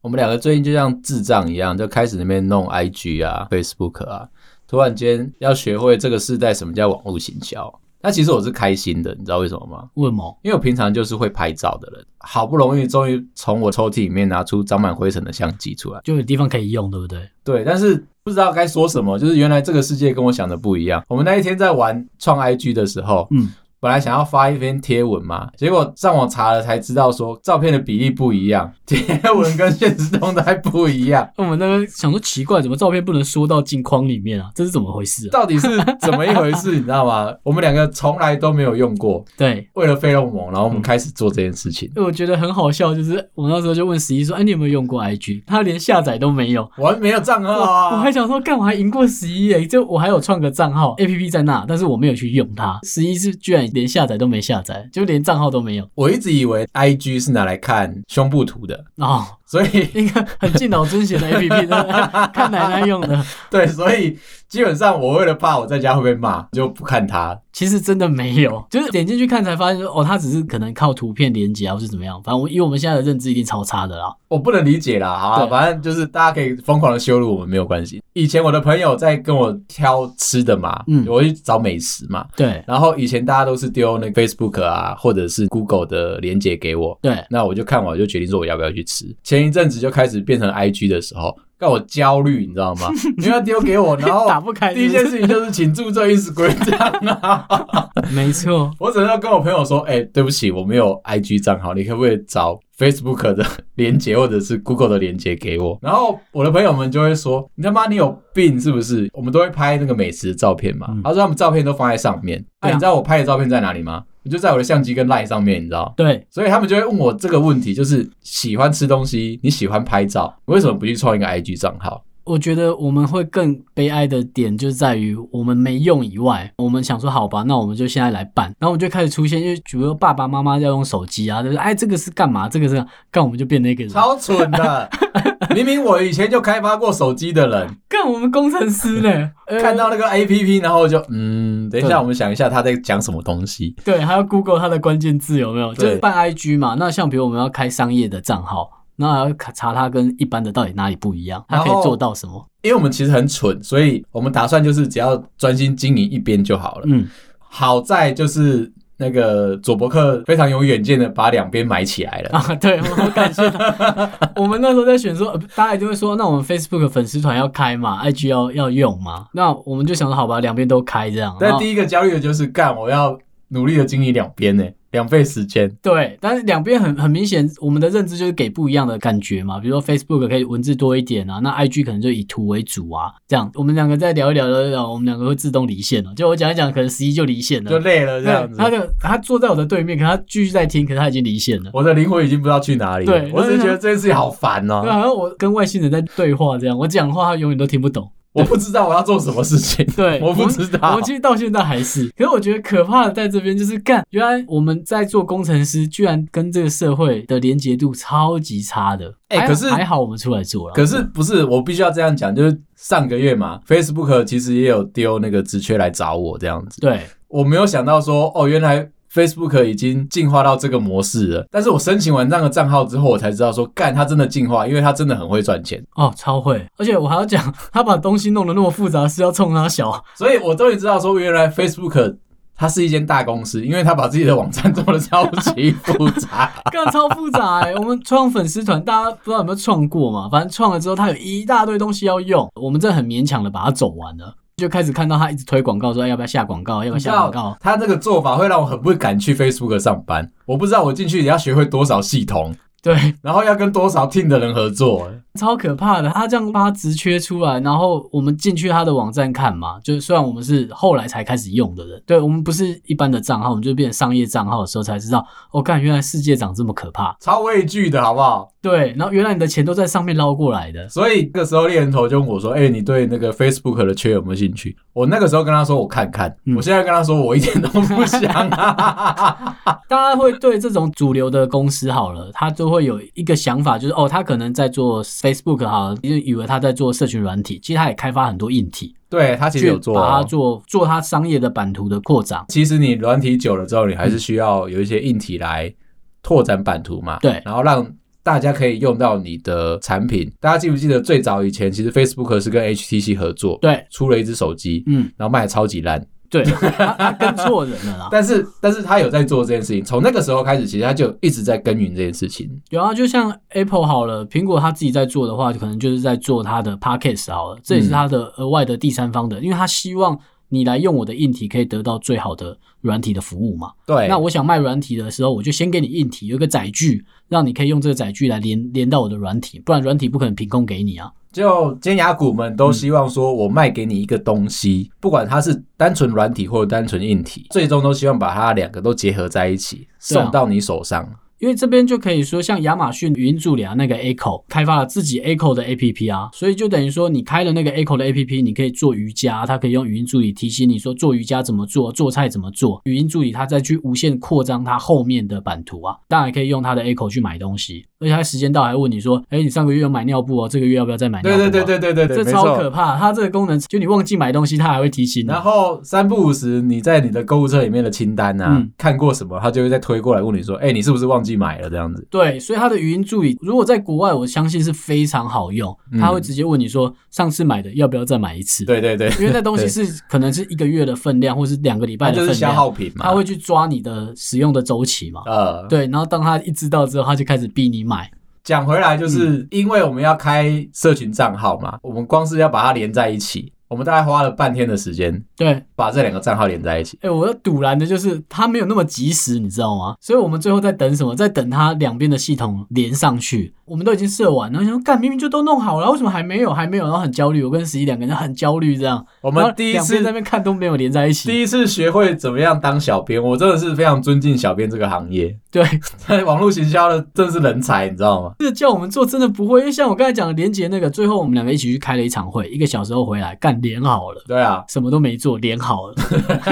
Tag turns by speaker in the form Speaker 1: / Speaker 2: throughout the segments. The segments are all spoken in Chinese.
Speaker 1: 我们两个最近就像智障一样，就开始那边弄 IG 啊、Facebook 啊，突然间要学会这个世代什么叫网络行销。那其实我是开心的，你知道为什么吗？
Speaker 2: 为什么？
Speaker 1: 因为我平常就是会拍照的人，好不容易终于从我抽屉里面拿出长满灰尘的相机出来。
Speaker 2: 就有地方可以用，对不对？
Speaker 1: 对，但是不知道该说什么，就是原来这个世界跟我想的不一样。我们那一天在玩创 IG 的时候，
Speaker 2: 嗯，
Speaker 1: 本来想要发一篇贴文嘛，结果上网查了才知道说照片的比例不一样，贴文跟现实动态不一样，
Speaker 2: 我们那边想说奇怪，怎么照片不能缩到镜框里面啊？这是怎么回事啊？
Speaker 1: 到底是怎么一回事？你 知道吗？我们两个从来都没有用过，
Speaker 2: 对，
Speaker 1: 为了费洛蒙，然后我们开始做这件事情。
Speaker 2: 因为我觉得很好笑，就是我那时候就问十一说：“哎，你有没有用过 IG？” 他连下载都没有。
Speaker 1: 我还没有账号
Speaker 2: 我
Speaker 1: 啊
Speaker 2: 还，想说，干我还赢过十一耶！就我还有创个账号 APP 在那，但是我没有去用它。十一是居然连下载都没下载，就连账号都没有
Speaker 1: 我一直以为 I G 是拿来看胸部图的，
Speaker 2: 哦，
Speaker 1: 所以
Speaker 2: 一个很敬老尊贤的 APP，的看奶奶用的。
Speaker 1: 对，所以基本上我为了怕我在家会被骂，就不看它。
Speaker 2: 其实真的没有， 就是点进去看才发现说，哦，它只是可能靠图片连接啊，或是怎么样。反正我以我们现在的认知，一定超差的啦。
Speaker 1: 我不能理解啦啊，
Speaker 2: 对
Speaker 1: 反正就是大家可以疯狂的羞辱我们没有关系。以前我的朋友在跟我挑吃的嘛，
Speaker 2: 嗯
Speaker 1: 我去找美食嘛，
Speaker 2: 对
Speaker 1: 然后以前大家都是丢那个 Facebook 啊，或者是 Google 的链接给我，
Speaker 2: 对，
Speaker 1: 那我就看完我就决定说我要不要去吃。前一阵子就开始变成 IG 的时候，让我焦虑，你知道吗？因为他丢给我，然后
Speaker 2: 打不开
Speaker 1: 第一件事情就是请注册 Instagram 啊。
Speaker 2: 没错，
Speaker 1: 我只能跟我朋友说，哎、对不起，我没有 IG 账号，你可不可以找 Facebook 的连接或者是 Google 的连接给我？然后我的朋友们就会说，你他妈你有病是不是？我们都会拍那个美食的照片嘛，
Speaker 2: 嗯
Speaker 1: 他说他们照片都放在上面，那、
Speaker 2: 对啊
Speaker 1: 你知道我拍的照片在哪里吗？我就在我的相机跟 LINE 上面，你知道。
Speaker 2: 对，
Speaker 1: 所以他们就会问我这个问题，就是喜欢吃东西，你喜欢拍照，你为什么不去创一个 IG 账号？
Speaker 2: 我觉得我们会更悲哀的点就在于我们没用以外，我们想说好吧，那我们就现在来办，然后我们就开始出现，因为比如说爸爸妈妈要用手机啊，就是哎这个是干嘛，这个是干嘛干，我们就变那个人，
Speaker 1: 超蠢的！ 明明我以前就开发过手机的人，
Speaker 2: 干我们工程师 呢，呃
Speaker 1: 看到那个 A P P，然后我就嗯，等一
Speaker 2: 对
Speaker 1: 下，我们想一下他在讲什么东西。
Speaker 2: 对，还要 Google 它的关键字有没有？就
Speaker 1: 对
Speaker 2: 是办 IG 嘛，那像比如我们要开商业的账号，那还要查它跟一般的到底哪里不一样，它可
Speaker 1: 然后
Speaker 2: 以做到什么？
Speaker 1: 因为我们其实很蠢，所以我们打算就是只要专心经营一边就好了。
Speaker 2: 嗯，
Speaker 1: 好在就是那个佐伯克非常有远见的把两边买起来了。
Speaker 2: 啊，对，我好感谢他。我们那时候在选说，呃大家一定会说，那我们 Facebook 粉丝团要开嘛，IG 要要用嘛，那我们就想说，好吧，两边都开这样。然
Speaker 1: 但
Speaker 2: 后
Speaker 1: 第一个焦虑的就是干，我要努力的经营两边呢，两倍时间。
Speaker 2: 对，但是两边很很明显，我们的认知就是给不一样的感觉嘛。比如说 Facebook 可以文字多一点啊，那 IG 可能就以图为主啊，这样。我们两个再聊一聊，聊一聊，我们两个会自动离线哦了。就我讲一讲，可能十一就离线了。
Speaker 1: 就累了这样
Speaker 2: 对，
Speaker 1: 子。
Speaker 2: 他的他坐在我的对面，可他继续在听，可他已经离线了。
Speaker 1: 我的灵魂已经不知道去哪里了
Speaker 2: 对。
Speaker 1: 我只是觉得这件事情好烦哦、
Speaker 2: 对，啊好像我跟外星人在对话这样，我讲话他永远都听不懂。
Speaker 1: 我不知道我要做什么事情。
Speaker 2: 对，
Speaker 1: 我不知
Speaker 2: 我
Speaker 1: 道
Speaker 2: 们。其实到现在还是，可是我觉得可怕的在这边就是干，原来我们在做工程师，居然跟这个社会的连结度超级差的。
Speaker 1: 哎
Speaker 2: 还
Speaker 1: 可是
Speaker 2: 还好我们出来做了。
Speaker 1: 可是不是我必须要这样讲，就是上个月嘛，Facebook 其实也有丢那个职缺来找我这样子，
Speaker 2: 对
Speaker 1: 我没有想到说哦，原来 Facebook 已经进化到这个模式了。但是我申请完那个账号之后，我才知道说，干，它真的进化，因为它真的很会赚钱。
Speaker 2: 哦，超会，而且我还要讲，他把东西弄得那么复杂，是要冲他小。
Speaker 1: 所以我终于知道说，原来 Facebook 它是一间大公司，因为它把自己的网站做的超级复杂。
Speaker 2: 干超复杂哎、我们创粉丝团，大家不知道有没有创过嘛？反正创了之后，他有一大堆东西要用，我们真的很勉强的把它走完了。就开始看到他一直推广告，说哎要不要下广告，要不要
Speaker 1: 你知
Speaker 2: 下广
Speaker 1: 道
Speaker 2: 告。
Speaker 1: 他这个做法会让我很不敢去 Facebook 上班。我不知道我进去也要学会多少系统，
Speaker 2: 对，
Speaker 1: 然后要跟多少 team 的人合作。
Speaker 2: 超可怕的。他这样把它直缺出来，然后我们进去他的网站看嘛，就是虽然我们是后来才开始用的人，对我们不是一般的账号，我们就变成商业账号的时候才知道，哦，干，原来世界长这么可怕。
Speaker 1: 超畏惧的好不好？
Speaker 2: 对，然后原来你的钱都在上面捞过来的。
Speaker 1: 所以这个时候猎人头就问我说：“哎、你对那个 Facebook 的缺有没有兴趣？”我那个时候跟他说：“我看看。
Speaker 2: 嗯
Speaker 1: 我现在跟他说：“我一点都不想、 啊。
Speaker 2: 大家会对这种主流的公司好了，他都会有一个想法，就是哦，他可能在做 Facebook 好了，就以为他在做社群软体，其实他也开发很多硬体，
Speaker 1: 对”他其实
Speaker 2: 去
Speaker 1: 有做、
Speaker 2: 把它
Speaker 1: 哦。
Speaker 2: 做做他商业的版图的扩张。
Speaker 1: 其实你软体久了之后，你还是需要有一些硬体来拓展版图嘛。
Speaker 2: 对
Speaker 1: 然后让大家可以用到你的产品。大家记不记得最早以前，其实 Facebook 是跟 HTC 合作，
Speaker 2: 对，
Speaker 1: 出了一只手机，
Speaker 2: 嗯，
Speaker 1: 然后卖的超级烂，
Speaker 2: 对，他他跟错人了啦。
Speaker 1: 但是但是他有在做这件事情，从那个时候开始，其实他就一直在耕耘这件事情。
Speaker 2: 有啊，就像 Apple 好了，苹果它自己在做的话，可能就是在做它的 Podcast 好了，这也是它的额外的第三方的，因为它希望你来用我的硬体可以得到最好的软体的服务嘛。
Speaker 1: 对
Speaker 2: 那我想卖软体的时候，我就先给你硬体有一个载具，让你可以用这个载具来连连到我的软体，不然软体不可能凭空给你啊。
Speaker 1: 就尖牙股们都希望说，我卖给你一个东西，不管它是单纯软体或者单纯硬体，最终都希望把它两个都结合在一起，
Speaker 2: 对啊
Speaker 1: 送到你手上。
Speaker 2: 因为这边就可以说，像亚马逊语音助理啊，那个 Echo 开发了自己 Echo 的 APP 啊，所以就等于说，你开了那个 Echo 的 APP，你可以做瑜伽，它可以用语音助理提醒你说做瑜伽怎么做，做菜怎么做，语音助理它再去无限扩张它后面的版图啊，当然可以用它的 Echo 去买东西，而且它时间到还问你说，哎，你上个月有买尿布哦，这个月要不要再买
Speaker 1: 对
Speaker 2: 尿布、
Speaker 1: 对
Speaker 2: 啊？
Speaker 1: 对对对对对，
Speaker 2: 这
Speaker 1: 没
Speaker 2: 超
Speaker 1: 错
Speaker 2: 可怕！它这个功能，就你忘记买东西，它还会提醒你。
Speaker 1: 然后三不五时，你在你的购物车里面的清单啊，
Speaker 2: 嗯
Speaker 1: 看过什么，他就会再推过来问你说：“哎、你是不是忘记买了？”这样子。
Speaker 2: 对，所以它的语音助理，如果在国外，我相信是非常好用。它会直接问你说，上次买的要不要再买一次？，
Speaker 1: 嗯对对对，
Speaker 2: 因为那东西是可能是一个月的分量，或是两个礼拜
Speaker 1: 它
Speaker 2: 的
Speaker 1: 就是
Speaker 2: 分
Speaker 1: 消
Speaker 2: 量，
Speaker 1: 耗品嘛。
Speaker 2: 它会去抓你的使用的周期嘛。
Speaker 1: 呃，
Speaker 2: 对，然后当它一知道之后，它就开始逼你买。
Speaker 1: 讲回来，
Speaker 2: 嗯
Speaker 1: 就是因为我们要开社群账号嘛，我们光是要把它连在一起，我们大概花了半天的时间
Speaker 2: 对，
Speaker 1: 把这两个账号连在一起。
Speaker 2: 哎，我要堵拦的就是它没有那么及时，你知道吗？所以我们最后在等什么？在等它两边的系统连上去，我们都已经设完，然后想说干，明明就都弄好了，为什么还没有？还没有，然后很焦虑。我跟十一两个人很焦虑，这样。
Speaker 1: 我
Speaker 2: 我
Speaker 1: 们第一
Speaker 2: 两边
Speaker 1: 次
Speaker 2: 在那边看都没有连在一起。
Speaker 1: 第一次学会怎么样当小编，我真的是非常尊敬小编这个行业，
Speaker 2: 对，
Speaker 1: 在网络行销的真是人才，你知道吗？
Speaker 2: 这叫我们做真的不会，因为像我刚才讲的连杰那个，最后我们两个一起去开了一场会，一个小时后回来干连好了。
Speaker 1: 对啊，
Speaker 2: 什么都没做，连好了。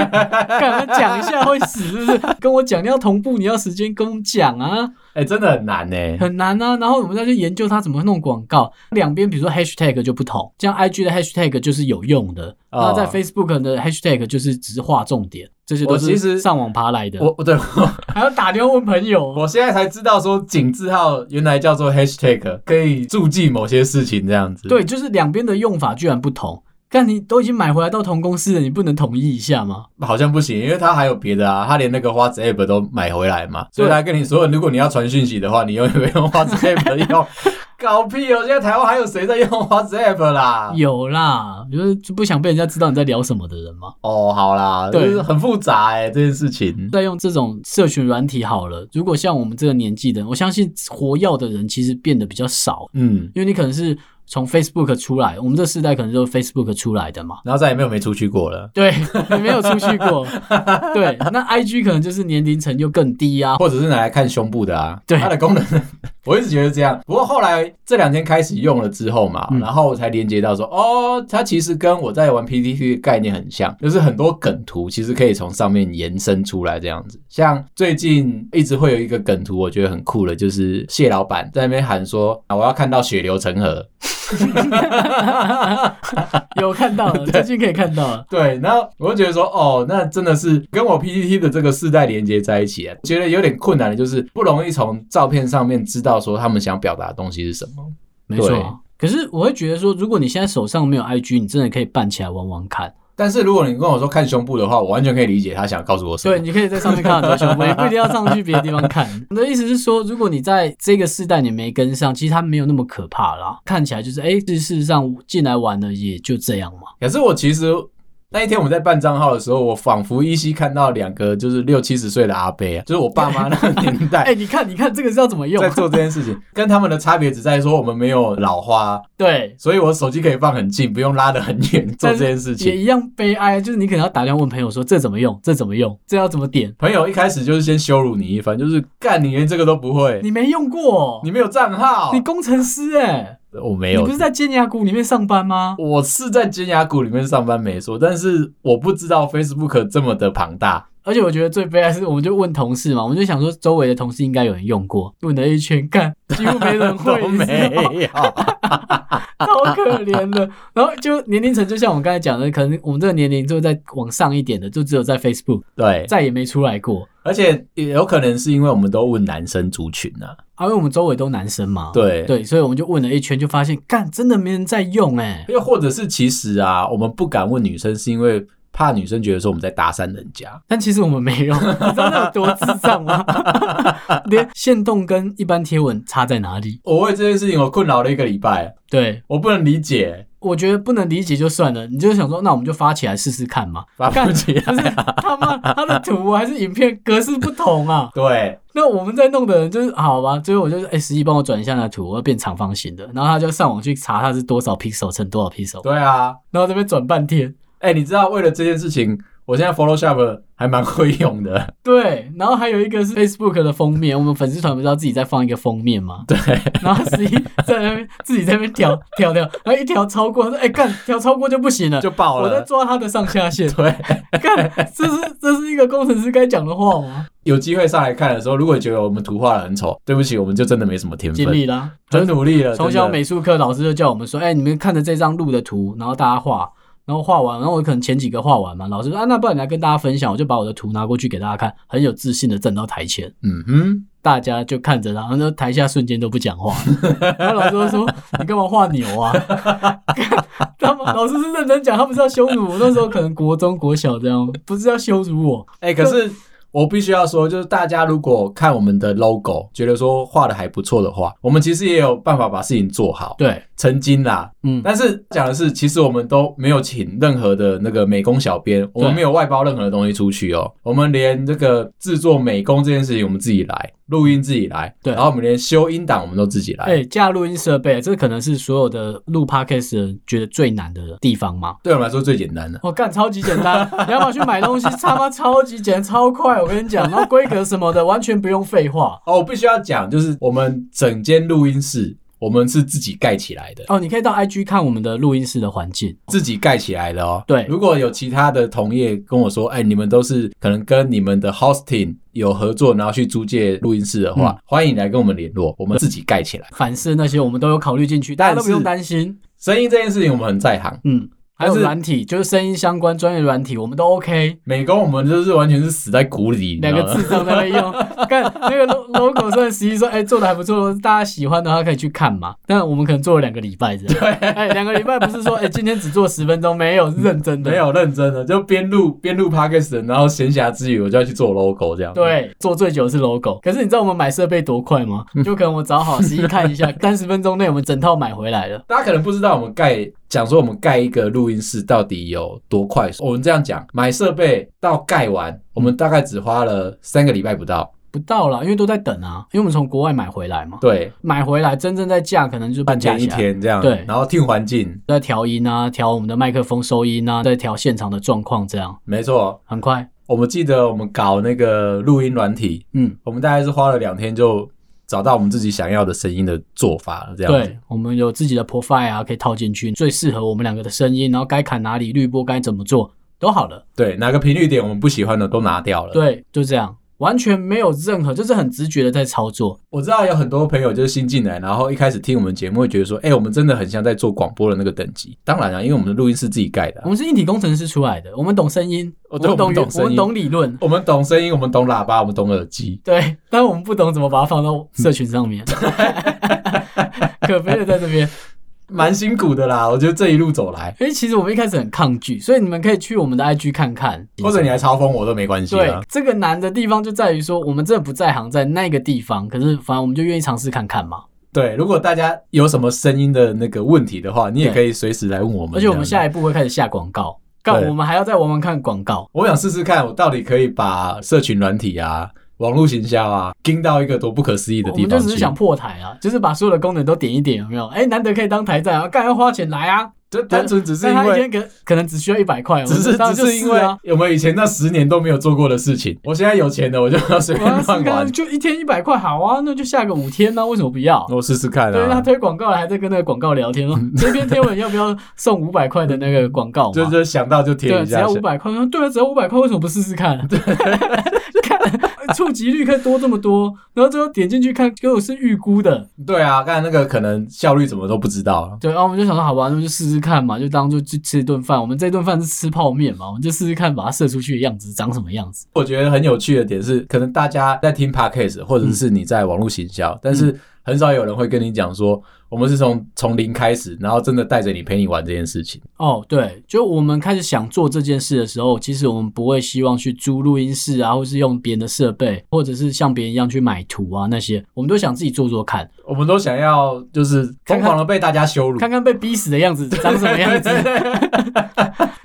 Speaker 2: 干嘛讲一下会死是不是？跟我讲，你要同步，你要时间跟我们讲啊，
Speaker 1: 哎、真的很难呢、
Speaker 2: 很难啊。然后我们再去研究它怎么弄广告，两边比如说 hashtag 就不同，像 IG 的 hashtag 就是有用的，
Speaker 1: 哦
Speaker 2: 然后在 Facebook 的 hashtag 就是只是划重点，这些都
Speaker 1: 我其
Speaker 2: 是
Speaker 1: 实
Speaker 2: 上网爬来的。
Speaker 1: 我我对我
Speaker 2: 还要打电话问朋友，
Speaker 1: 我现在才知道说井字号原来叫做 hashtag，可以注记某些事情这样子。，
Speaker 2: 对，就是两边的用法居然不同。但你都已经买回来到同公司了，你不能统一一下吗？
Speaker 1: 好像不行，因为他还有别的啊，他连那个花子 app 都买回来嘛，所以他跟你说，如果你要传讯息的话，你永远没用花子 app 用。搞屁哦！现在台湾还有谁在用花子 app 啦？
Speaker 2: 有啦，就是不想被人家知道你在聊什么的人嘛。
Speaker 1: 哦，好啦，
Speaker 2: 对
Speaker 1: 就是很复杂哎、这件事情。
Speaker 2: 再用这种社群软体好了，如果像我们这个年纪的人，我相信活跃的人其实变得比较少，
Speaker 1: 嗯，
Speaker 2: 因为你可能是从 Facebook 出来，我们这世代可能就是 Facebook 出来的嘛。
Speaker 1: 然后再也没有没出去过了，
Speaker 2: 对，你没有出去过。对，那 IG 可能就是年龄层又更低啊。
Speaker 1: 或者是拿来看胸部的啊。
Speaker 2: 对
Speaker 1: 它的功能我一直觉得这样。不过后来这两天开始用了之后嘛，
Speaker 2: 嗯
Speaker 1: 然后我才连接到说，哦，它其实跟我在玩 PPT 的概念很像，就是很多梗图其实可以从上面延伸出来这样子。像最近一直会有一个梗图，我觉得很酷的，就是蟹老板在那边喊说，啊，我要看到血流成河。
Speaker 2: 有看到了，最近可以看到了。
Speaker 1: 对，然后我就觉得说，哦，那真的是跟我 PPT 的这个世代连接在一起，觉得有点困难的，就是不容易从照片上面知道说他们想表达的东西是什么。
Speaker 2: 没错
Speaker 1: 对
Speaker 2: 啊。可是我会觉得说，如果你现在手上没有 IG，你真的可以办起来玩玩看。
Speaker 1: 但是如果你跟我说看胸部的话，我完全可以理解他想告诉我什么。
Speaker 2: 对，，你可以在上面看到你的 胸部，也不一定要上去别的地方看。 我的意思是说，如果你在这个世代你没跟上，其实它没有那么可怕啦。看起来就是，哎、事实上进来玩的也就这样嘛。
Speaker 1: 可是我其实那一天我们在办账号的时候，我仿佛依稀看到两个就是六七十岁的阿伯啊，就是我爸妈那个年
Speaker 2: 哎、
Speaker 1: 代。
Speaker 2: 你看，你看这个是要怎么用啊
Speaker 1: 在？做这件事情，跟他们的差别只在于说我们没有老花，
Speaker 2: 对，
Speaker 1: 所以我手机可以放很近，不用拉得很远做这件事情
Speaker 2: 也。 一样悲哀，就是你可能要打电话问朋友说这怎么用，这怎么用，这要怎么点，
Speaker 1: 朋友一开始就是先羞辱你一番，就是干你连这个都不会，你
Speaker 2: 你没用过，
Speaker 1: 没有账号，
Speaker 2: 你工程师哎、
Speaker 1: 我没
Speaker 2: 你
Speaker 1: 有
Speaker 2: 不，是在尖牙谷里面上班吗？
Speaker 1: 我是在尖牙谷里面上班没错，但是我不知道 Facebook 这么的庞大。
Speaker 2: 而且我觉得最悲哀是，我们就问同事嘛，我们就想说周围的同事应该有人用过，问了一圈，干几乎没人 会，
Speaker 1: 都
Speaker 2: 你知道
Speaker 1: 没
Speaker 2: 吗
Speaker 1: 有，
Speaker 2: 好可可怜了。然后就年龄层，就像我刚才讲的，可能我们这个年龄就在往上一点的，就只有在 Facebook，
Speaker 1: 对，
Speaker 2: 再也没出来过。
Speaker 1: 而且也有可能是因为我们都问男生族群啊，
Speaker 2: 啊，因为我们周围都男生嘛，
Speaker 1: 对
Speaker 2: 对，所以我们就问了一圈，就发现干真的没人在用哎、
Speaker 1: 又或者是其实啊，我们不敢问女生，是因为怕女生觉得说我们在搭讪人家。
Speaker 2: 但其实我们没用，你 知道那有多智障吗？ 连线动跟一般贴文差在哪里？
Speaker 1: 我为这件事情我困扰了一个礼拜，
Speaker 2: 对
Speaker 1: 我不能理解，
Speaker 2: 我觉得不能理解就算了，你就想说，那我们就发起来试试看嘛。
Speaker 1: 发不起
Speaker 2: 可是
Speaker 1: 来。。
Speaker 2: 他妈他的图还是影片格式不同啊
Speaker 1: 对，
Speaker 2: 那我们在弄的人就是好吧，最后我就是哎、实际帮我转一下那图，我要变长方形的。然后他就上网去查它是多少 pixel 乘多少 pixel，
Speaker 1: 对啊，
Speaker 2: 然后这边转半天。
Speaker 1: 哎、你知道为了这件事情，我现在 Photoshop 还蛮会用的。
Speaker 2: 对，然后还有一个是 Facebook 的封面，我们粉丝团不是要自己在放一个封面吗？
Speaker 1: 对，
Speaker 2: 然后十一在那边自己在那边调调调，然后一调超过，他说哎干调超过就不行了，
Speaker 1: 就爆
Speaker 2: 我在
Speaker 1: 了。，
Speaker 2: 抓他的上下限
Speaker 1: 对，
Speaker 2: 干这是这是一个工程师该讲的话吗？
Speaker 1: 有机会上来看的时候，如果觉得我们图画得很丑，对不起，我们就真的没什么天
Speaker 2: 尽
Speaker 1: 分，呃
Speaker 2: 力啦，
Speaker 1: 很努力了。
Speaker 2: 从
Speaker 1: 真的
Speaker 2: 小美术课老师就叫我们说，哎、你们看着这张路的图，然后大家画，然后画完，然后我可能前几个画完嘛，老师说啊，那不然你来跟大家分享，我就把我的图拿过去给大家看，很有自信的站到台前，
Speaker 1: 嗯哼，
Speaker 2: 大家就看着他，然后就台下瞬间都不 讲话，然后老师就说你干嘛画牛啊？ 干他们老师是认真讲，他不是要羞辱我，那时候可能国中国小这样，不是要羞辱我，
Speaker 1: 哎、可是我必须要说，就是大家如果看我们的 logo，觉得说画的还不错的话，我们其实也有办法把事情做好。
Speaker 2: 对，
Speaker 1: 曾经啦，
Speaker 2: 嗯，
Speaker 1: 但是讲的是，其实我们都没有请任何的那个美工小编，我们没有外包任何的东西出去哦，我们连这个制作美工这件事情我们自己来，录音自己来，
Speaker 2: 对
Speaker 1: 然后我们连修音档我们都自己来，
Speaker 2: 哎、架录音设备，这可能是所有的录 podcast 的人觉得最难的地方嘛。
Speaker 1: 对我们来说最简单的。
Speaker 2: 我干超级简 单，你要么去买东西，他妈超级简单，超快，我跟你讲，然后规格什么的完全不用废话。
Speaker 1: 哦，我必须要讲，就是我们整间录音室，我们是自己盖起来的，
Speaker 2: 哦，你可以到 IG 看我们的录音室的环境，
Speaker 1: 自己盖起来的哦。
Speaker 2: 对
Speaker 1: 如果有其他的同业跟我说，哎，你们都是可能跟你们的 hosting 有合作，然后去租借录音室的
Speaker 2: 嗯
Speaker 1: 话，欢迎来跟我们联络，我们自己盖起来。
Speaker 2: 反式那些我们都有考虑进去，大家都不用担心。
Speaker 1: 声音这件事情我们很在行，
Speaker 2: 嗯，还有
Speaker 1: 但是
Speaker 2: 软体，就是声音相关专业软体，我们都 OK。
Speaker 1: 美工我们就是完全是死在鼓里，你知
Speaker 2: 两
Speaker 1: 道
Speaker 2: 个
Speaker 1: 吗？
Speaker 2: 智障在那边 用，看那个 lo- logo 虽然实际说，哎、做的还不错，大家喜欢的话可以去看嘛。但我们可能做了两个礼拜这样，哎，两、个礼拜不是说，哎、今天只做十分钟，没有是认真
Speaker 1: 嗯
Speaker 2: 的，
Speaker 1: 没，有认真的，就边录边录 podcast，然后闲暇之余我就要去做 logo 这样。，
Speaker 2: 对，做最久的是 logo。可是你知道我们买设备多快吗？
Speaker 1: 嗯
Speaker 2: 就可能我找好实际看 一下，三十分钟内我们整套买回来了。
Speaker 1: 大家可能不知道我们盖，讲说我们盖一个录音室到底有多快。我们这样讲，买设备到盖完，我们大概只花了三个礼拜不到。
Speaker 2: 不到啦，因为都在等啊，因为我们从国外买回来嘛，
Speaker 1: 对，
Speaker 2: 买回来真正在架可能就是半
Speaker 1: 半
Speaker 2: 价
Speaker 1: 天一
Speaker 2: 起来，
Speaker 1: 天这样。
Speaker 2: 对
Speaker 1: 然后听环境，
Speaker 2: 在调音啊，调我们的麦克风收音啊，在调现场的状况，这样
Speaker 1: 没错。
Speaker 2: 很快。
Speaker 1: 我们记得我们搞那个录音软体，
Speaker 2: 嗯，
Speaker 1: 我们大概是花了两天就找到我们自己想要的声音的做法了，这样子。
Speaker 2: 对，我们有自己的 profile 啊，可以套进去，最适合我们两个的声音，然后该砍哪里，滤波该怎么做都好了。
Speaker 1: 对，哪个频率点我们不喜欢的都拿掉了。，
Speaker 2: 对，就这样，完全没有任何，就是很直觉的在操作。
Speaker 1: 我知道有很多朋友就是新进来，然后一开始听我们节目，会觉得说，哎、我们真的很像在做广播的那个等级。当然啦、啊因为我们的录音是自己盖的啊、
Speaker 2: 我们是硬体工程师出来的，我们懂声音，
Speaker 1: 哦对
Speaker 2: 们
Speaker 1: 我
Speaker 2: 懂
Speaker 1: 们
Speaker 2: 语
Speaker 1: 懂
Speaker 2: 我
Speaker 1: 声
Speaker 2: 们
Speaker 1: 音
Speaker 2: 懂理论，
Speaker 1: 我们懂声音，我们懂喇叭，我们懂耳机。
Speaker 2: 对，但我们不懂怎么把它放到社群 上面。可悲的在这边，
Speaker 1: 蛮辛苦的啦，我觉得这一路走来，
Speaker 2: 因为其实我们一开始很抗拒，所以你们可以去我们的 IG 看看，
Speaker 1: 或者你来嘲讽我都没关系
Speaker 2: 对
Speaker 1: 啊。
Speaker 2: 这个难的地方就在于说，我们真的不在行，在那个地方，可是反正我们就愿意尝试看看嘛。
Speaker 1: 对，如果大家有什么声音的那个问题的话，你也
Speaker 2: 对
Speaker 1: 可以随时来问我们。
Speaker 2: 而且我们
Speaker 1: 这样子，
Speaker 2: 下一步会开始下广告，干
Speaker 1: 对
Speaker 2: 我们还要再玩玩看广告。
Speaker 1: 我想试试看，我到底可以把社群软体啊、网络行销啊，盯到一个多不可思议的
Speaker 2: 我
Speaker 1: 地
Speaker 2: 们
Speaker 1: 方
Speaker 2: 就
Speaker 1: 去。
Speaker 2: 只是想破台啊，就是把所有的功能都点一点，有没有？哎、难得可以当台站啊，干要花钱来啊！
Speaker 1: 就单纯只是
Speaker 2: 但
Speaker 1: 因
Speaker 2: 他一
Speaker 1: 为
Speaker 2: 天可可能只需要一百块，我
Speaker 1: 只
Speaker 2: 们
Speaker 1: 是
Speaker 2: 当然
Speaker 1: 只
Speaker 2: 就是
Speaker 1: 因为
Speaker 2: 啊，
Speaker 1: 有没有以前那十年都没有做过的事情，我现在有钱了，我就要随便
Speaker 2: 我要
Speaker 1: 乱
Speaker 2: 试看
Speaker 1: 玩，
Speaker 2: 就一天一百块，好啊，那就下个五天呢、为什么不要？
Speaker 1: 我试试看
Speaker 2: 对，他
Speaker 1: 啊。
Speaker 2: 推广告了，还在跟那个广告 聊天哦。这篇贴文要不要送五百块的那个广告嘛？
Speaker 1: 就就想到就贴
Speaker 2: 对，
Speaker 1: 一
Speaker 2: 只
Speaker 1: 下
Speaker 2: 要，五百块，对啊，只要五百块，为什么不试试看、啊？看，触及率可以多这么多，然后最后点进去看，结果是预估的，
Speaker 1: 对啊，刚才那个可能效率怎么都不知道啊。
Speaker 2: 对，然后我们就想说，好吧，那就试试看嘛，就当做去吃一顿饭。我们这顿饭是吃泡面嘛，我们就试试看把它射出去的样子长什么样子。
Speaker 1: 我觉得很有趣的点是，可能大家在听 podcast，或者是你在网络行销，但是很少有人会跟你讲说，我们是从从零开始，然后真的带着你陪你玩这件事情。
Speaker 2: 哦，对，就我们开始想做这件事的时候，其实我们不会希望去租录音室啊，或是用别人的设备，或者是像别人一样去买图啊那些，我们都想自己做做看，
Speaker 1: 我们都想要就是
Speaker 2: 看看
Speaker 1: 疯狂的被大家羞辱，
Speaker 2: 看看被逼死的样子长什 么样子。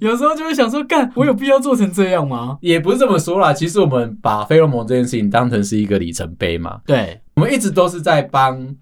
Speaker 2: 有时候就会想说，干，我有必要做成这样吗？
Speaker 1: 也不是这么说啦。其实我们把菲洛蒙这件事情当成是一个里程碑嘛，
Speaker 2: 对，
Speaker 1: 我们一直都是在帮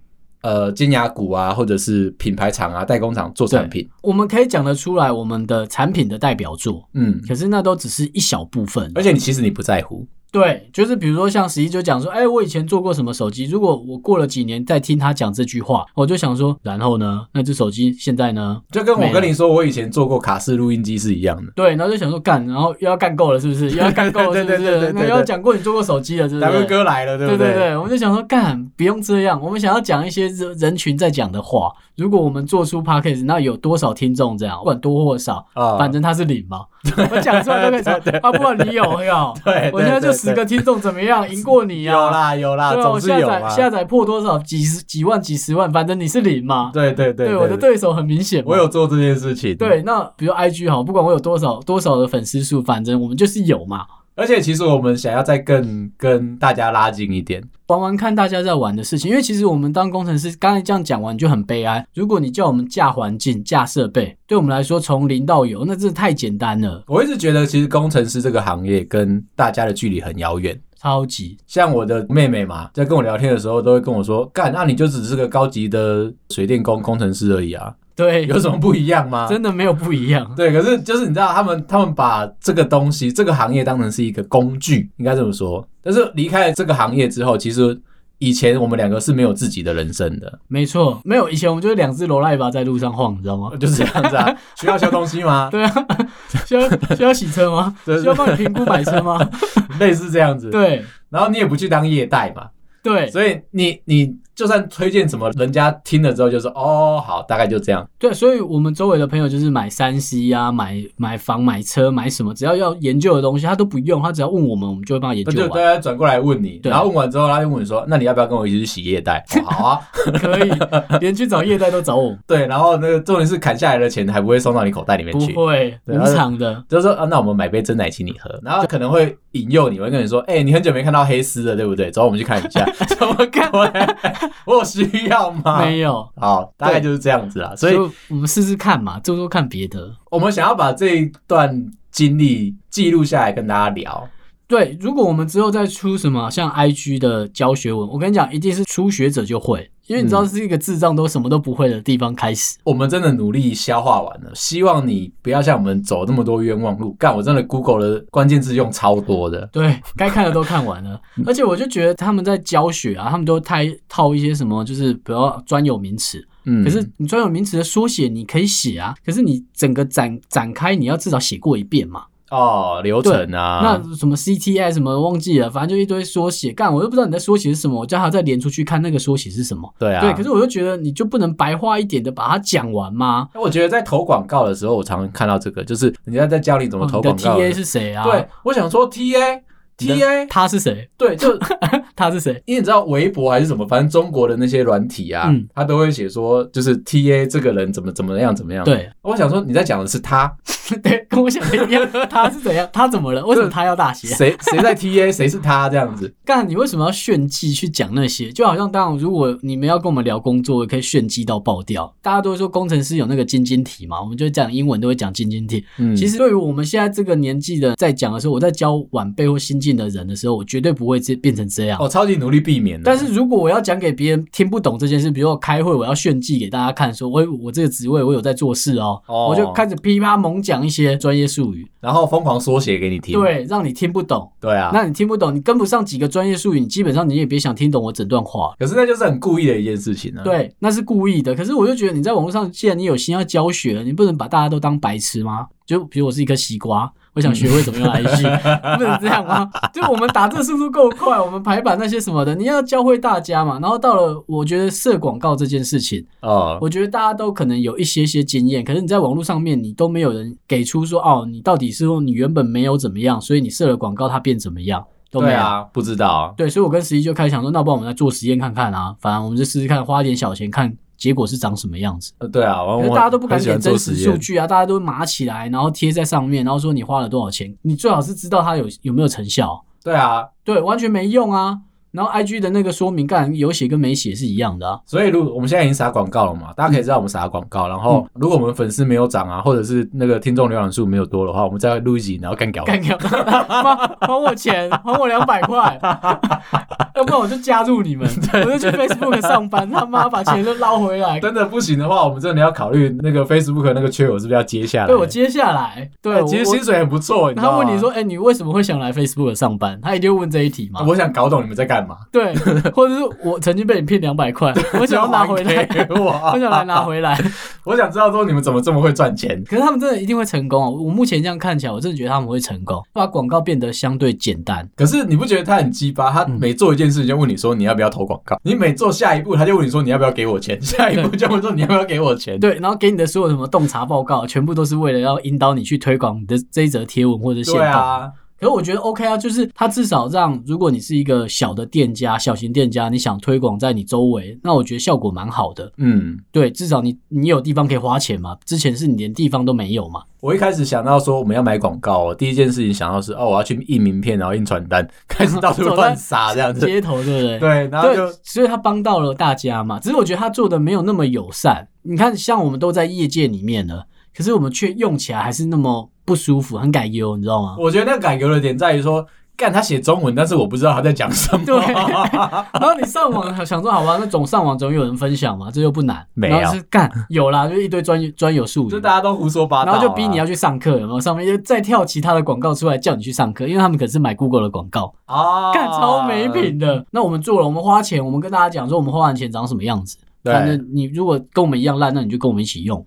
Speaker 1: 呃尖牙股啊，或者是品牌厂啊、代工厂做产品。
Speaker 2: 我们可以讲得出来我们的产品的代表作，
Speaker 1: 嗯，
Speaker 2: 可是那都只是一小部分。啊
Speaker 1: 而且你其实你不在乎，
Speaker 2: 对，就是比如说像十一就讲说，哎、我以前做过什么手机，如果我过了几年再听他讲这句话，我就想说，然后呢，那只手机现在呢？
Speaker 1: 就跟我
Speaker 2: 没了
Speaker 1: 跟你说我以前做过卡式录音机是一样的。
Speaker 2: 对，然后就想说干，然后又要干够了，是不是？又要干够了，是不
Speaker 1: 对对对对
Speaker 2: 是？
Speaker 1: 对
Speaker 2: 那又要讲过你做过手机了，是不
Speaker 1: W
Speaker 2: 是？
Speaker 1: 哥来了，对不
Speaker 2: 对对对，我们就想说干，不用这样，我们想要讲一些人人群在讲的话。如果我们做出 podcast，那有多少听众这样，不管多或少，
Speaker 1: 啊
Speaker 2: 反正他是零嘛，我讲出来都可以 说，啊，不管你有没有，
Speaker 1: 对对
Speaker 2: 我现在就
Speaker 1: 对对
Speaker 2: 十个听众怎么样，赢过你
Speaker 1: 有
Speaker 2: 啊？
Speaker 1: 啦有啦，
Speaker 2: 对啊，我
Speaker 1: 总是
Speaker 2: 下
Speaker 1: 有
Speaker 2: 载
Speaker 1: 嘛。
Speaker 2: 下载破多少几十几万几十万，反正你是零嘛。
Speaker 1: 对对对
Speaker 2: 我的，对手很明显嘛。
Speaker 1: 我有做这件事情。，
Speaker 2: 对，那比如 IG 好，不管我有多少多少的粉丝数，反正我们就是有嘛。
Speaker 1: 而且其实我们想要再更跟大家拉近一点，
Speaker 2: 玩玩看大家在玩的事情，因为其实我们当工程师，刚才这样讲完就很悲哀。如果你叫我们架环境、架设备，对我们来说从零到有，那真的太简单了，
Speaker 1: 我一直觉得其实工程师这个行业跟大家的距离很遥远。
Speaker 2: 超级
Speaker 1: 像我的妹妹嘛，在跟我聊天的时候，都会跟我说：“干，那、你就只是个高级的水电工工程师而已啊，
Speaker 2: 对，
Speaker 1: 有什么不一样吗？”
Speaker 2: 真的没有不一 样。
Speaker 1: 对，可是就是你知道，他们他们把这个东西、这个行业当成是一个工具，应该这么说。但是离开了这个行业之后，其实以前我们两个是没有自己的人生的，
Speaker 2: 没错，没有以前我们就是两只罗赖吧在路上晃，你知道 吗？
Speaker 1: 就是这样子啊。需要修东西吗？
Speaker 2: 对啊，需要需要洗车吗？
Speaker 1: 对
Speaker 2: 需要帮你评估买 车吗？
Speaker 1: 类似这样子。，
Speaker 2: 对
Speaker 1: 然后你也不去当业代嘛，
Speaker 2: 对
Speaker 1: 所以你你就算推荐什么，人家听了之后就说哦，好，大概就这样。
Speaker 2: 对，所以我们周围的朋友就是买三 C 啊，买买房、买车、买什么，只要要研究的东西，他都不用，他只要问我们，我们就会帮他研
Speaker 1: 那就
Speaker 2: 究
Speaker 1: 大
Speaker 2: 完。
Speaker 1: 家转过来问你，
Speaker 2: 对
Speaker 1: 然后问完之后，他就问你说，那你要不要跟我一起去洗业代？哦好啊，
Speaker 2: 可以，连去找业代都找我，
Speaker 1: 对。然后那个重点是砍下来的钱还不会送到你口袋里面
Speaker 2: 不
Speaker 1: 去。
Speaker 2: 会
Speaker 1: 对
Speaker 2: 无
Speaker 1: 他就
Speaker 2: 偿的。
Speaker 1: 就是说啊，那我们买杯真奶请你喝，然后可能会引诱你，会跟你说，哎、你很久没看到黑丝了，对不对？走，我们去看一下， 怎么看？我有需要吗？
Speaker 2: 没有，
Speaker 1: 好，大概就是这样子啊啦。所以
Speaker 2: 我们试试看嘛，做做看别的。
Speaker 1: 我们想要把这一段经历记录下来，跟大家聊。
Speaker 2: 对，如果我们之后再出什么像 IG 的教学文，我跟你讲，一定是初学者就会，因为你知道是一个智障都什么都不会的地方开始。
Speaker 1: 我们真的努力消化完了，希望你不要像我们走那么多冤枉路。干，我真的 Google 的关键字用超多的。
Speaker 2: 对，该看的都看 完了，
Speaker 1: 嗯
Speaker 2: 而且我就觉得他们在教学啊，他们都太套一些什么，就是比如说专有名词，
Speaker 1: 嗯，
Speaker 2: 可是你专有名词的缩写你可以写啊，可是你整个展展开，你要至少写过一遍嘛。
Speaker 1: 哦，流程啊，
Speaker 2: 那什么 CTI 什么忘记了，反正就一堆缩写，干我又不知道你在缩写是什么，我叫他再连出去看那个缩写是什么。
Speaker 1: 对啊，
Speaker 2: 对，可是我就觉得你就不能白话一点的把它讲完吗？
Speaker 1: 哎我觉得在投广告的时候，我常常看到这个，就是人家在教你怎么
Speaker 2: 哦
Speaker 1: 投
Speaker 2: 你的
Speaker 1: 广告的
Speaker 2: TA 是谁啊？
Speaker 1: 对，，我想说 T A T A，
Speaker 2: 他是谁？
Speaker 1: 对，就
Speaker 2: 他是谁？
Speaker 1: 因为你知道微博还是什么，反正中国的那些软体啊，
Speaker 2: 嗯
Speaker 1: 他都会写说就是 T A 这个人怎么怎么样怎么样。，
Speaker 2: 对
Speaker 1: 我想说你在讲的是他，
Speaker 2: 对，跟我想的一样，他是怎样？他怎 么了？为什么他要大写？啊
Speaker 1: 谁谁在 T A，谁是他这样 子。
Speaker 2: 干，你为什么要炫技去讲那些？就好像当然，如果你们要跟我们聊工作，也可以炫技到爆掉。大家都会说工程师有那个晶晶体嘛，我们就讲英文都会讲晶晶体。
Speaker 1: 嗯，
Speaker 2: 其实对于我们现在这个年纪的在讲的时候，我在教晚辈或新进的人的时候，我绝对不会这变成这样。
Speaker 1: 哦我超级努力避免的，
Speaker 2: 但是如果我要讲给别人听不懂这件事，比如我开会，我要炫技给大家看，说我我这个职位我有在做事哦，
Speaker 1: 哦
Speaker 2: 我就开始噼啪猛讲一些专业术语，
Speaker 1: 然后疯狂缩写给你听。
Speaker 2: 对，让你听不懂。
Speaker 1: 对啊。
Speaker 2: 那你听不懂，你跟不上几个专业术语，你基本上你也别想听懂我整段话。
Speaker 1: 可是那就是很故意的一件事情啊。，
Speaker 2: 对，那是故意的。可是我就觉得你在网络上，既然你有心要教学，你不能把大家都当白痴吗？就比如我是一颗西瓜，我想学会怎么用 IG，不能这样吗？就我们打字速度够快，我们排版那些什么的，你要教会大家嘛。然后到了我觉得设广告这件事情，
Speaker 1: 哦，
Speaker 2: 我觉得大家都可能有一些些经验，可是你在网络上面你都没有人给出说哦，你到底是说你原本没有怎么样，所以你设了广告它变怎么样都没
Speaker 1: 对
Speaker 2: 有。
Speaker 1: 啊，不知道啊，
Speaker 2: 对，所以我跟十一就开始想说，那不然我们来做实验看看啊，反正我们就试试看，花一点小钱看结果是长什么样子。
Speaker 1: 呃对啊，我我
Speaker 2: 可是大家都不敢
Speaker 1: 很喜
Speaker 2: 给
Speaker 1: 欢做
Speaker 2: 真实
Speaker 1: 实
Speaker 2: 数
Speaker 1: 验，
Speaker 2: 据啊，大家都码起来，然后贴在上面，然后说你花了多少钱，你最好是知道它有有没有成效。
Speaker 1: 对啊，
Speaker 2: 对，完全没用啊。然后 I G 的那个说明干有写跟没写是一样的啊。
Speaker 1: 所以，如我们现在已经撒广告了嘛，大家可以知道我们撒广告。然
Speaker 2: 嗯
Speaker 1: 后，如果我们粉丝没有涨啊，或者是那个听众浏览数没有多的话，我们再录一集，然后干掉。
Speaker 2: 干掉，妈还我钱，还我两百块，要不然我就加入你们，我就去 Facebook 上班，他妈把钱都捞回来，
Speaker 1: 真的不行的话，我们真的要考虑那个 Facebook 那个缺口是不是要接下来。
Speaker 2: 被我接下来。对，
Speaker 1: 哎其实
Speaker 2: 我
Speaker 1: 薪水很不错，你知道
Speaker 2: 他
Speaker 1: 吗
Speaker 2: 问你说，，哎、你为什么会想来 Facebook 上班？他一定会问这一题嘛。
Speaker 1: 啊我想搞懂你们在干嘛，
Speaker 2: 对，或者是我曾经被你骗两百块， 我想要拿回来
Speaker 1: 还，给
Speaker 2: 我
Speaker 1: 我。啊
Speaker 2: 想来拿回来。
Speaker 1: 我想知道说你们怎么这么会赚钱。
Speaker 2: 可是他们真的一定会成功啊！我目前这样看起来，我真的觉得他们会成功，把广告变得相对简单。
Speaker 1: 可是你不觉得他很鸡巴？他
Speaker 2: 嗯
Speaker 1: 每做一件事情就问你说你要不要投广告，你每做下一步他就问你说你要不要给我钱，下一步就问说你要不要给我钱。
Speaker 2: 对，然后给你的所有什么洞察报告，全部都是为了要引导你去推广你的这一则贴文或者线
Speaker 1: 对
Speaker 2: 动。
Speaker 1: 啊，
Speaker 2: 可是我觉得 OK 啊，就是它至少让，如果你是一个小的店家、小型店家，你想推广在你周围，那我觉得效果蛮好的。
Speaker 1: 嗯。
Speaker 2: 对，至少你你有地方可以花钱嘛，之前是你连地方都没有嘛。
Speaker 1: 我一开始想到说我们要买广告，我第一件事情想到是哦，我要去印名片，然后印传 单，开始到处乱撒这样子。
Speaker 2: 街头对不 对？
Speaker 1: 对，然后
Speaker 2: 对
Speaker 1: 就，
Speaker 2: 所以他帮到了大家嘛。只是我觉得他做的没有那么友善。你看，像我们都在业界里面了，可是我们却用起来还是那么不舒服，很改优，你知道吗？
Speaker 1: 我觉得那个感觉的点在于说，干他写中文，但是我不知道他在讲什么。
Speaker 2: 对然后你上网想说，好吧，那总上网总有人分享嘛，这又不难。
Speaker 1: 没有
Speaker 2: 然后是干有啦，就一堆专专有术语
Speaker 1: 就。大家都胡说八道、啊
Speaker 2: 然后就逼你要去上课，有没有？上面就再跳其他的广告出来叫你去上课，因为他们可是买 Google 的广告。
Speaker 1: 啊，
Speaker 2: 干超没。品的。那我们做了，我们花钱，我们跟大家讲说我们花完钱长什么样子。
Speaker 1: 对
Speaker 2: 反正你如果跟我们一样烂，那你就跟我们一起 用。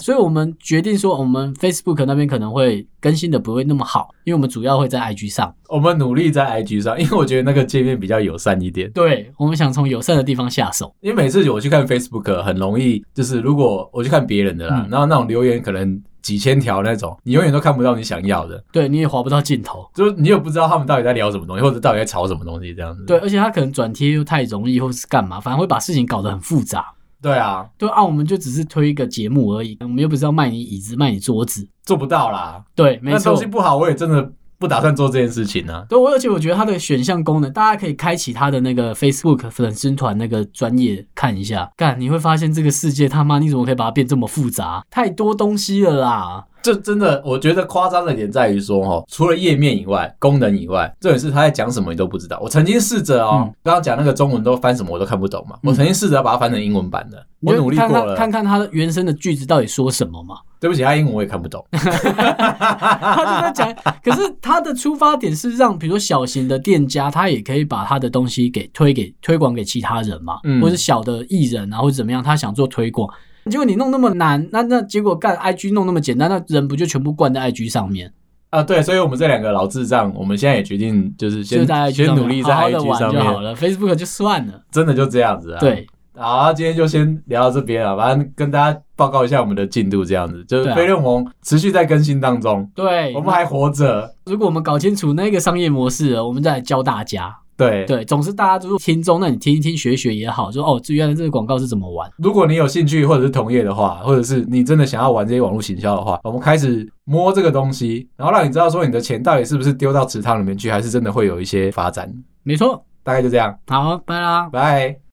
Speaker 2: 所以我们决定说，我们 Facebook 那边可能会更新的不会那么好，因为我们主要会在 IG 上。
Speaker 1: 我们努力在 IG 上，因为我觉得那个界面比较友善一点。
Speaker 2: 对，我们想从友善的地方下手。
Speaker 1: 因为每次我去看 Facebook，很容易就是如果我去看别人的啦，
Speaker 2: 嗯
Speaker 1: 然后那种留言可能几千条那种，你永远都看不到你想要的。
Speaker 2: 对，你也划不到尽头。
Speaker 1: 就是你也不知道他们到底在聊什么东西，或者到底在吵什么东西这样子。
Speaker 2: 对，而且他可能转贴又太容易，或是干嘛，反而会把事情搞得很复杂。
Speaker 1: 对啊，
Speaker 2: 对啊，我们就只是推一个节目而已，我们又不是要卖你椅子、卖你桌子。
Speaker 1: 做不到啦。
Speaker 2: 对，没
Speaker 1: 那
Speaker 2: 错
Speaker 1: 东。西不好，我也真的不打算做这件事情啊呢、
Speaker 2: 对，我而且我觉得它的选项功能，大家可以开启它的那个 Facebook 粉丝团那个专业看一下，干你会发现这个世界他妈你怎么可以把它变这么复杂？太多东西了啦！
Speaker 1: 这真的，我觉得夸张的点在于说，哦，除了页面以外、功能以外，重点是他在讲什么你都不知道。我曾经试着哦，
Speaker 2: 嗯
Speaker 1: 刚刚讲那个中文都翻什么我都看不懂嘛，
Speaker 2: 嗯
Speaker 1: 我曾经试着要把它翻成英文版的，我
Speaker 2: 你就
Speaker 1: 努力
Speaker 2: 看
Speaker 1: 过
Speaker 2: 看
Speaker 1: 了
Speaker 2: 看。看它的原生的句子到底说什么嘛？啊
Speaker 1: 对不起，他英文我也看不 懂。
Speaker 2: 他就在讲， 可是他的出发点是让，比如说小型的店家，他也可以把他的东西给推给推广给其他人嘛，
Speaker 1: 嗯
Speaker 2: 或者小的艺人啊，或者怎么样，他想做推广。结果你弄那么难，那那结果干 IG 弄那么简单，那人不就全部灌在 IG 上面？
Speaker 1: 啊，对，所以我们这两个老智障，我们现在也决定就是
Speaker 2: 就
Speaker 1: 先
Speaker 2: 在 IG
Speaker 1: 先
Speaker 2: 上面
Speaker 1: 努力在
Speaker 2: 好好的
Speaker 1: IG
Speaker 2: 玩
Speaker 1: 上
Speaker 2: 就好
Speaker 1: 面，
Speaker 2: 了，Facebook 就算了。
Speaker 1: 真的就这样子啊。
Speaker 2: 对，
Speaker 1: 好，今天就先聊到这边啊，反正跟大家报告一下我们的进度，这样子就是
Speaker 2: 对啊
Speaker 1: 飞刃王持续在更新当中，
Speaker 2: 对，
Speaker 1: 我们还活着，
Speaker 2: 如果我们搞清楚那个商业模式了，我们再来教大家。
Speaker 1: 对。
Speaker 2: 对，总之大家就是听众，那你听一听学一学也好，说哦，这原来这个广告是怎么玩。
Speaker 1: 如果你有兴趣，或者是同业的话，或者是你真的想要玩这些网络行销的话，我们开始摸这个东西，然后让你知道说你的钱到底是不是丢到池塘里面去，还是真的会有一些发展。
Speaker 2: 没错，
Speaker 1: 大概就这样，
Speaker 2: 好，拜啦。
Speaker 1: 拜。